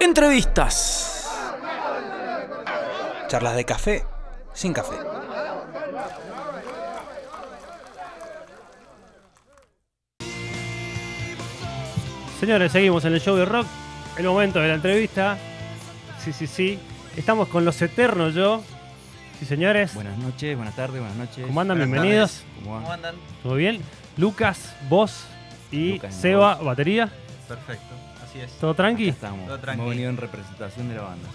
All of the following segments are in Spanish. Entrevistas. Charlas de café sin café. Señores, seguimos en el show de rock. El momento de la entrevista. Sí, sí, sí. Estamos con los eternos yo. Sí, señores. Buenas noches, buenas tardes, buenas noches. ¿Cómo andan? Buenas Bienvenidos. tardes. ¿Cómo ¿Cómo va? andan? ¿Todo bien? Lucas, vos y Lucas en Seba, voz. batería. Perfecto, así es. ¿Todo tranqui? Estamos. Todo tranqui. Hemos venido en representación de la banda.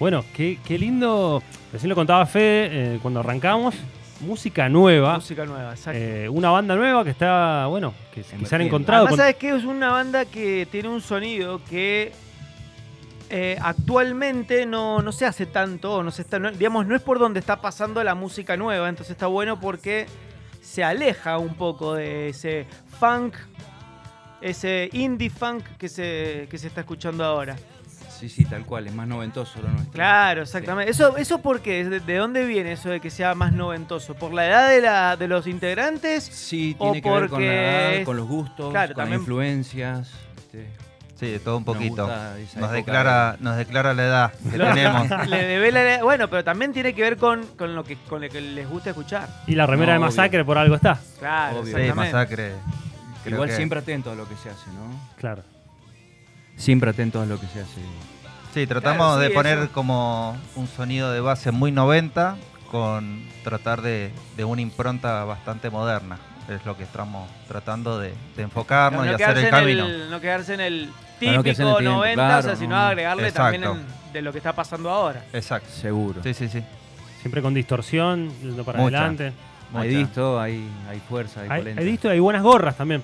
Bueno, qué, qué lindo. Recién lo contaba Fede eh, cuando arrancamos. Música nueva. Música nueva, exacto. eh, una banda nueva que está, bueno, que, que se han Emergiendo. encontrado. Además, con- ¿sabes qué? Es una banda que tiene un sonido que eh, actualmente no, no se hace tanto, o no se está, no- digamos, no es por donde está pasando la música nueva, entonces está bueno porque se aleja un poco de ese funk, ese indie funk que se, que se está escuchando ahora. Sí, sí, tal cual, es más noventoso lo nuestro. Claro, exactamente. Eso, eso por qué, ¿De, de dónde viene eso de que sea más noventoso? ¿Por la edad de, la, de los integrantes? Sí, O tiene que ver con la porque edad, es- con los gustos, claro, con las también- influencias. este, Sí, de todo un Nos poquito. gusta esa Nos época. declara, nos declara la edad que Claro. tenemos. Le devela la- bueno, pero también tiene que ver con, con lo que con lo que les gusta escuchar. Y la remera No, de obvio. Masacre por algo está. Claro, Obvio. Sí, exactamente. masacre. Creo Igual que- siempre atento a lo que se hace, ¿no? Claro. Siempre atento a lo que se hace. Sí, tratamos Claro, sí, de poner eso. como un sonido de base muy 90 con tratar de, de una impronta bastante moderna. Es lo que estamos tratando de, de enfocarnos y hacer el quedarse en camino. el- no quedarse en Para el no típico quedarse en el tiempo, 90, o sea, claro, sino no. agregarle también Exacto. en- de lo que está pasando ahora. Exacto. Seguro. Sí, sí, sí. Siempre con distorsión, yendo para Mucha. adelante. Hay Mucha. visto, hay, hay fuerza, hay, Hay, polenta. hay visto, hay buenas gorras también.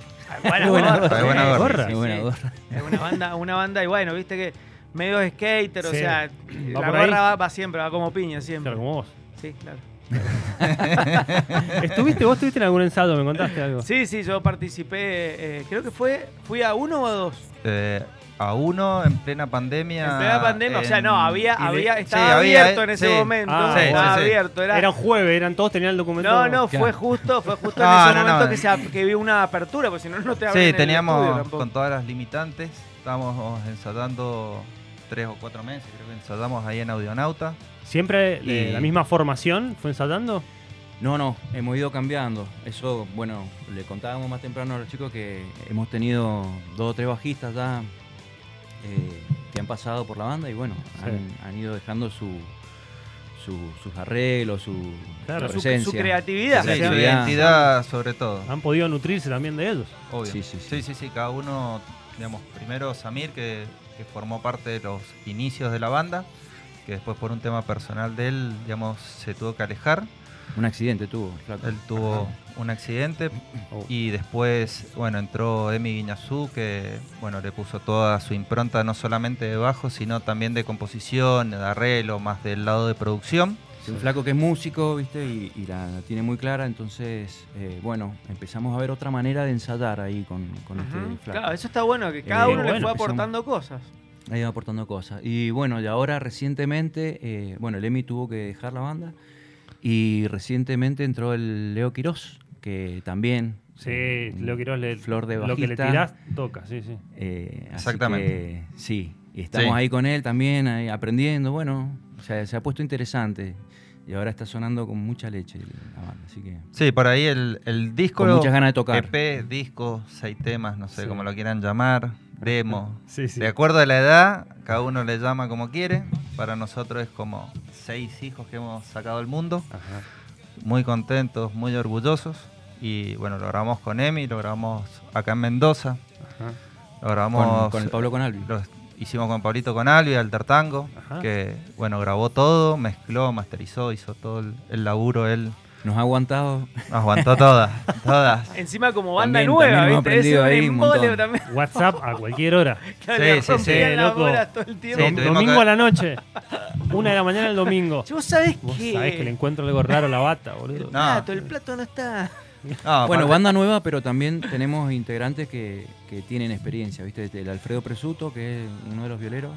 Buena buena gorra, gorra, hay buena sí, gorra. sí, Hay sí. buena gorra. Es una banda, una banda y bueno, viste que medio skater, o Sí. sea, la por ahí. gorra va, va siempre, va como piña siempre. Claro, como vos. Sí, claro. ¿Estuviste, vos estuviste en algún ensayo? ¿Me contaste algo? Sí, sí, yo participé, eh, creo que fue, fui a uno o a dos. Eh, a uno en plena pandemia. En plena pandemia, o sea, en- no, había, y de- había, sí, estaba había, abierto eh, en ese sí. momento, Ah, sí, estaba sí, sí. abierto, era, Era un jueves, eran todos tenían el documento. No, no, Claro. fue justo, fue justo No, en ese no, no, momento no. que, se, ab- que vi una apertura, porque si no, no te abren Sí, el estudio teníamos tampoco. con todas las limitantes. Estábamos ensayando tres o cuatro meses, creo que ensayamos ahí en Audionauta. Siempre eh, Y- la misma formación fue ensayando. No, no, hemos ido cambiando. Eso, bueno, le contábamos más temprano a los chicos que hemos tenido dos o tres bajistas ya eh, que han pasado por la banda y bueno, Sí. han, han ido dejando su, su- sus arreglos, su, Claro, su su- presencia. su creatividad. Su Sí, su creatividad. identidad sobre todo, Han podido nutrirse también de ellos. obvio. Sí, sí, sí. sí, cada uno, digamos, primero Samir, que, que formó parte de los inicios de la banda, que después por un tema personal de él, digamos, se tuvo que alejar. Un accidente tuvo. el flaco. Él tuvo un accidente Oh. y después, bueno, entró Emi Guiñazú, que, bueno, le puso toda su impronta, no solamente de bajo, sino también de composición, de arreglo, más del lado de producción. Sí, un flaco que es músico, ¿viste? Y, y la, la tiene muy clara, entonces, eh, bueno, empezamos a ver otra manera de ensayar ahí con, con Ujú. este flaco. Claro, eso está bueno, que cada Eh, uno le bueno, fue empezamos- aportando cosas. Ha ido aportando cosas. Y bueno, y ahora recientemente, eh, bueno, el Emi tuvo que dejar la banda y recientemente entró el Leo Quirós, que también... Sí, eh, lo que le, Flor de lo que le bajista. tirás toca, sí, sí. eh, así Exactamente. que, sí, y estamos Sí. ahí con él también, ahí aprendiendo, bueno, o sea, se ha puesto interesante. Y ahora está sonando con mucha leche la banda, así que... Sí, por ahí el, el disco. Con muchas ganas de tocar. EP, disco, seis temas, no sé Sí. cómo lo quieran llamar, demo. Sí, sí. De acuerdo a la edad, cada uno le llama como quiere. Para nosotros es como seis hijos que hemos sacado al mundo. Ajá. Muy contentos, muy orgullosos. Y bueno, lo grabamos con Emi, lo grabamos acá en Mendoza. Ajá. Lo Con, grabamos. con el Pablo Conalvi. lo hicimos con Pablito Conalvi, Alter Tango. Ajá. Que bueno, grabó todo, mezcló, masterizó, hizo todo el, el laburo él. Nos ha aguantado Aguantó todas, todas. Encima como banda También- nueva, también hemos ¿viste? Es aprendido un ahí un embole montón. también. WhatsApp a cualquier hora. Claro, Sí, sí, le sí. rompían Sí, las loco. bolas todo el tiempo. Sí. tuvimos domingo que- a la noche. Una de la mañana el domingo. Si vos sabés Vos que... sabés que le encuentro algo raro a la bata, boludo. el No. plato, el plato no está... No, Bueno, aparte- banda nueva, pero también tenemos integrantes que, que tienen experiencia, ¿viste? Este, El Alfredo Presuto, que es uno de los violeros,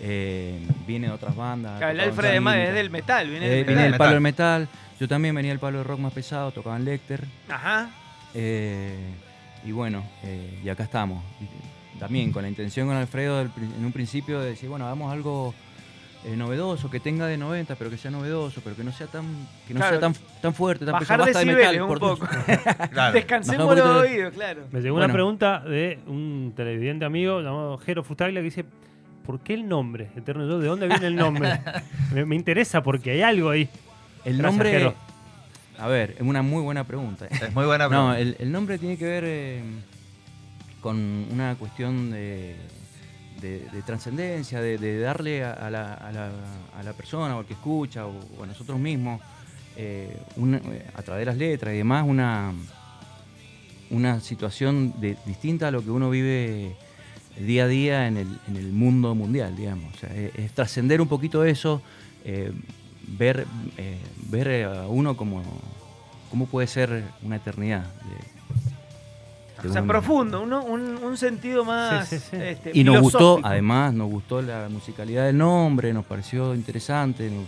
eh, viene de otras bandas. El tocaba en Alfred además Salinas, es del metal, viene eh, del viene metal. del metal. palo del metal. Yo también venía del palo del rock más pesado, tocaba en Lecter. Ajá. eh, y bueno, eh, y acá estamos. también con la intención con Alfredo del pri- en un principio de decir, bueno, hagamos algo eh, novedoso, que tenga de 90, pero que sea novedoso, pero que no sea tan, que no Claro. sea tan, tan fuerte, tan Bajar pesado, basta de decibeles metal. un por Dios. poco. Claro. Descansemos Bajá los un poquito de- oídos, claro. Me llegó una Bueno. pregunta de un televidente amigo llamado Jero Frutaglia que dice: ¿Por qué el nombre? Eterno Yo, ¿de dónde viene el nombre? me, me interesa porque hay algo ahí. El Gracias, nombre, Jero. a ver, es una muy buena pregunta. eh. Es muy buena No, pregunta. el, el nombre tiene que ver eh, con una cuestión de, de- de trascendencia, de, de darle a, a la, a la- a la persona o al que escucha o, o a nosotros mismos, eh, una- eh, a través de las letras y demás, una, una situación de- distinta a lo que uno vive día a día en el, en el mundo mundial, digamos. O sea, es, es trascender un poquito eso, eh, ver, eh, ver eh, a uno como cómo puede ser una eternidad. de- de O sea, uno mismo. profundo, uno- un, un sentido más. Sí, sí, sí. este, Y nos gustó, filosófico. además, nos gustó la musicalidad del nombre, nos pareció interesante. nos-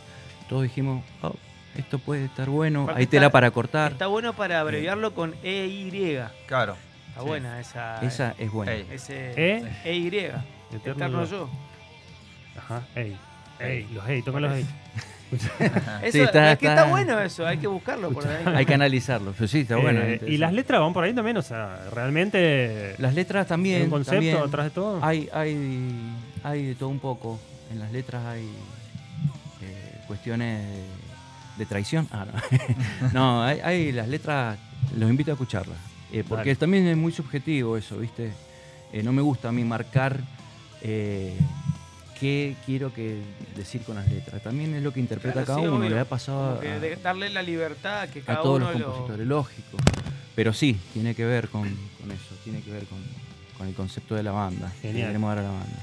todos dijimos, "Oh, esto puede estar bueno, Aparte hay está- tela para cortar. Está bueno Eh. para abreviarlo con EY. Está Claro. buena esa. Esa es buena. Ey. Ese ¿Eh? EY. Eterno Eterno Yo. yo. Ajá. Ey. Ey, los hey, toca los hey. Eso, Sí, está- es que está está- bueno eso, hay que buscarlo por ahí. Hay que analizarlo. Pero sí, está Eh, bueno. y las interesante. letras van por ahí también, o sea, realmente. Las letras también. hay un concepto también. atrás de todo. Hay, hay, hay de todo un poco. En las letras hay eh, cuestiones de, de traición. Ah, no, No, hay, hay las letras, los invito a escucharlas. eh, porque Dale. también es muy subjetivo eso, ¿viste? Eh, no me gusta a mí marcar eh, qué quiero que decir con las letras. También es lo que interpreta Claro, cada sí, uno. obvio. Le ha pasado Como a- que de- darle la libertad que a cada todos uno los lo- compositores, lógico. Pero sí, tiene que ver con, con eso, tiene que ver con, con el concepto de la banda. que Genial. queremos dar a la banda.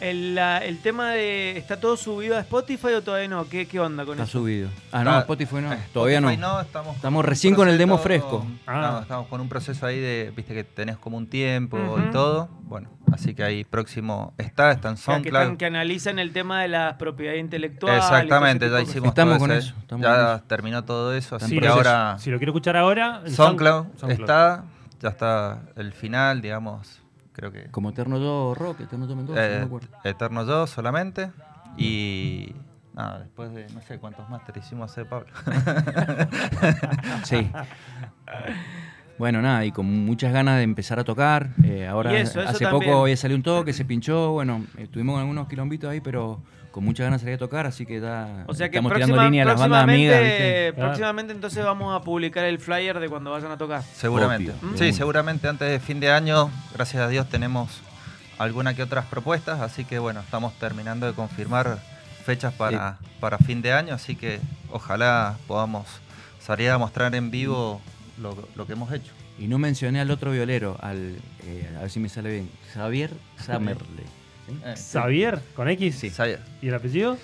El, la- el tema de. ¿Está todo subido a Spotify o todavía no? ¿Qué, qué onda con Está eso? subido. Ah, no, Ah, Spotify no. Eh, Todavía no. Spotify estamos, Estamos con un recién con el demo proceso- fresco. Ah. no, estamos con un proceso ahí de, viste que tenés como un tiempo Ujú. y todo. Bueno, así que ahí próximo está, está en O sea, que, SoundCloud. están- que analizan el tema de la propiedad intelectual. y todo ese Exactamente, tipo ya de cosas. hicimos Estamos todo con ese- eso, estamos ya con eso. terminó todo eso, así Sí, que lo- ahora Si lo quiero escuchar ahora. en SoundCloud, Sound- está, ya está el final, digamos, creo que Como Eterno Yo Rock, Eterno Yo Mendoza, no eh, me acuerdo. Eterno Yo solamente y nada, después de no sé cuántos máster hicimos hacer Pablo. Sí. Bueno, nada, y con muchas ganas de empezar a tocar. eh, ahora, Y eso, eso hace también. poco había salido un toque, se pinchó. Bueno, eh, tuvimos algunos quilombitos ahí, pero con muchas ganas salí a tocar, así que ya O sea que Ah, estamos próxima- tirando línea a las bandas próximamente, amigas. ¿viste? Claro. próximamente entonces vamos a publicar el flyer de cuando vayan a tocar. Seguramente. Obvio, de sí, una. seguramente antes de fin de año, gracias a Dios, tenemos alguna que otras propuestas, así que bueno, estamos terminando de confirmar fechas para, Eh. para fin de año, así que ojalá podamos salir a mostrar en vivo lo, lo que hemos hecho. Y no mencioné al otro violero, al, eh, a ver si me sale bien, Javier Summerle. Eh, Xavier, con X. sí. Sa- ¿Y el apellido?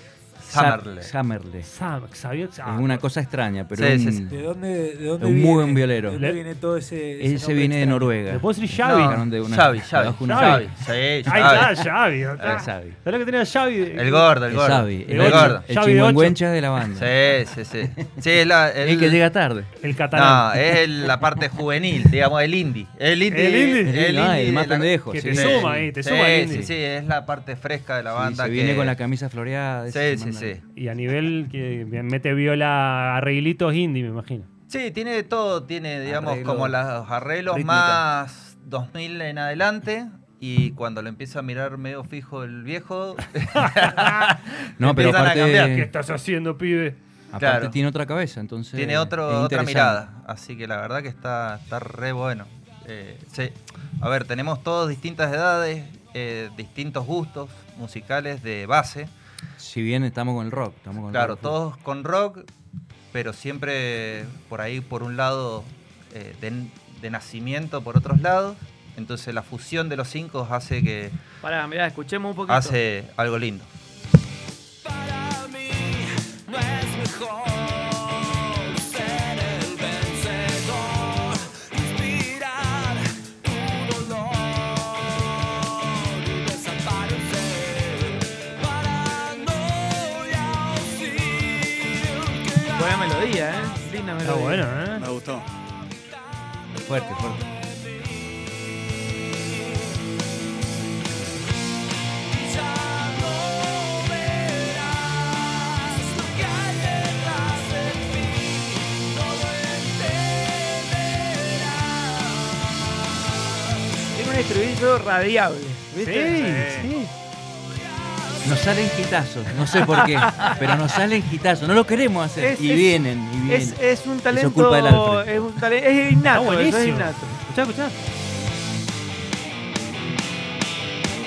Summerle. Sa- Summerle. Es Sam, Xavier. ah, una cosa extraña, pero Sí, un- sí, sí. ¿De dónde, de dónde Es un viene? muy buen violero. ¿De dónde Le- viene todo ese.? él se viene de Noruega. Le puedo decir Xavi. No, Sacaron de una- Xavi, de Xavi, abajo una- Xavi. Sí, Ahí Xavi. está, Xavi. está. Es Xavi. ¿Sabés lo que tenía Xavi? El gordo, el Es gordo. Xavi, El ocho. gordo. Xavi El de ocho. chingüengüencha de la banda. Sí, sí, sí. Sí, es la- el- El que llega tarde. El No, catalán. es el- la parte juvenil, digamos, el indie. El indie. El indie. El, el indie de más la- pendejo. que sí, te sí, suma sí. ahí, te sí, suma el indie. Sí, sí, es la parte fresca de la Sí, banda. se que... viene con la camisa floreada. Sí, se sí, manda- sí. Y a nivel que mete viola arreglitos indie, me imagino. Sí, tiene de todo. Tiene, digamos, Arreglo- como las- los arreglos rítmica. más 2000 en adelante. Y cuando lo empieza a mirar medio fijo el viejo. No, pero empiezan a aparte, cambiar. ¿Qué estás haciendo, pibe? Aparte Claro. tiene otra cabeza, entonces. Tiene otro- es otra interesante. mirada. Así que la verdad que está, está re bueno. Eh, sí. A ver, tenemos todos distintas edades, eh, distintos gustos musicales de base. Si bien estamos con el rock. Estamos con el Claro, rock. todos con rock, pero siempre por ahí, por un lado, eh, de, de nacimiento, por otros lados. Entonces la fusión de los cinco hace que Pará, mirá, escuchemos un poquito. hace algo lindo. Para mí no es mejor ser el vencedor, inspirar tu dolor y desaparecer. Paranoia hostil que Buena melodía, ¿eh? Linda melodía. Está bueno, ¿eh? Me gustó. Fuerte, fuerte. Para mí un estribillo radiable. ¿Viste? Sí, sí. Nos salen gitazos, no sé por qué, pero nos salen gitazos, no lo queremos hacer. Es- y es- vienen, y vienen. Es, es un talento. culpa del Alfred. es un tale- es Está innato, eso buenísimo. es innato. Escuchá, escuchá.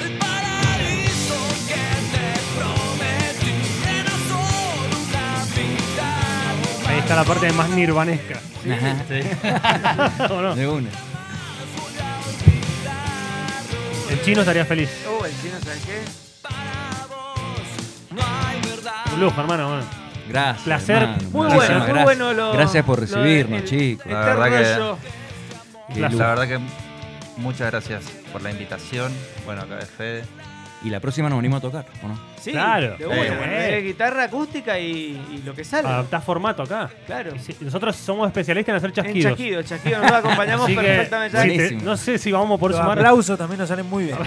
El paraíso que te prometí era solo una pintada. Ahí está la parte más nirvanesca. Ajá, ¿O no? de una. El chino estaría feliz. Oh, el chino, ¿sabes qué? Para vos no hay verdad. Un lujo, hermano. bueno. Gracias. Placer. hermano, Muy muchísimas bueno, muy gracias. bueno lo- Gracias por lo de- recibirnos, el- chicos. Este La verdad que- rollo. Qué La lujo. verdad que muchas gracias por la invitación. Bueno, acá es Fede. Y la próxima nos venimos a tocar, ¿o no? Sí, Claro. De una, Eh. ponerle guitarra acústica y, y lo que sale. Adaptás formato acá. claro. Ah, Sí, Nosotros somos especialistas en hacer En chasquidos. chasquido, chasquido, nos acompañamos Así que, perfectamente. ya. sí, te- Buenísimo. no sé si vamos por Los sumar. aplausos también nos salen muy bien.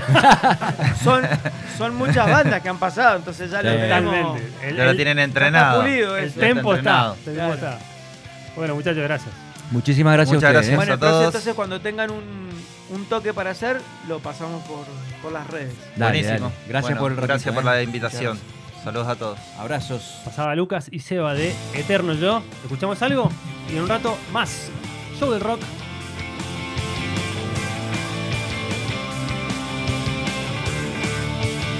Son, son muchas bandas que han pasado, entonces ya lo Sí. tenemos. Totalmente. El, Ya lo el- tienen entrenado. está pulido el eso. Ya está tempo está. entrenado. el tempo está. Bueno, muchachos, gracias. Muchísimas gracias Muchas a ustedes. ¿eh? gracias. Bueno, a entonces, todos. entonces cuando tengan un, un toque para hacer, lo pasamos por, por las redes. ¿eh? Dale, Buenísimo. dale. Gracias Bueno, por el ratito, Gracias por ¿eh? la invitación. Saludos a todos. Abrazos. Pasaba Lucas y Seba de Eterno Yo. Escuchamos algo y en un rato más. Show del rock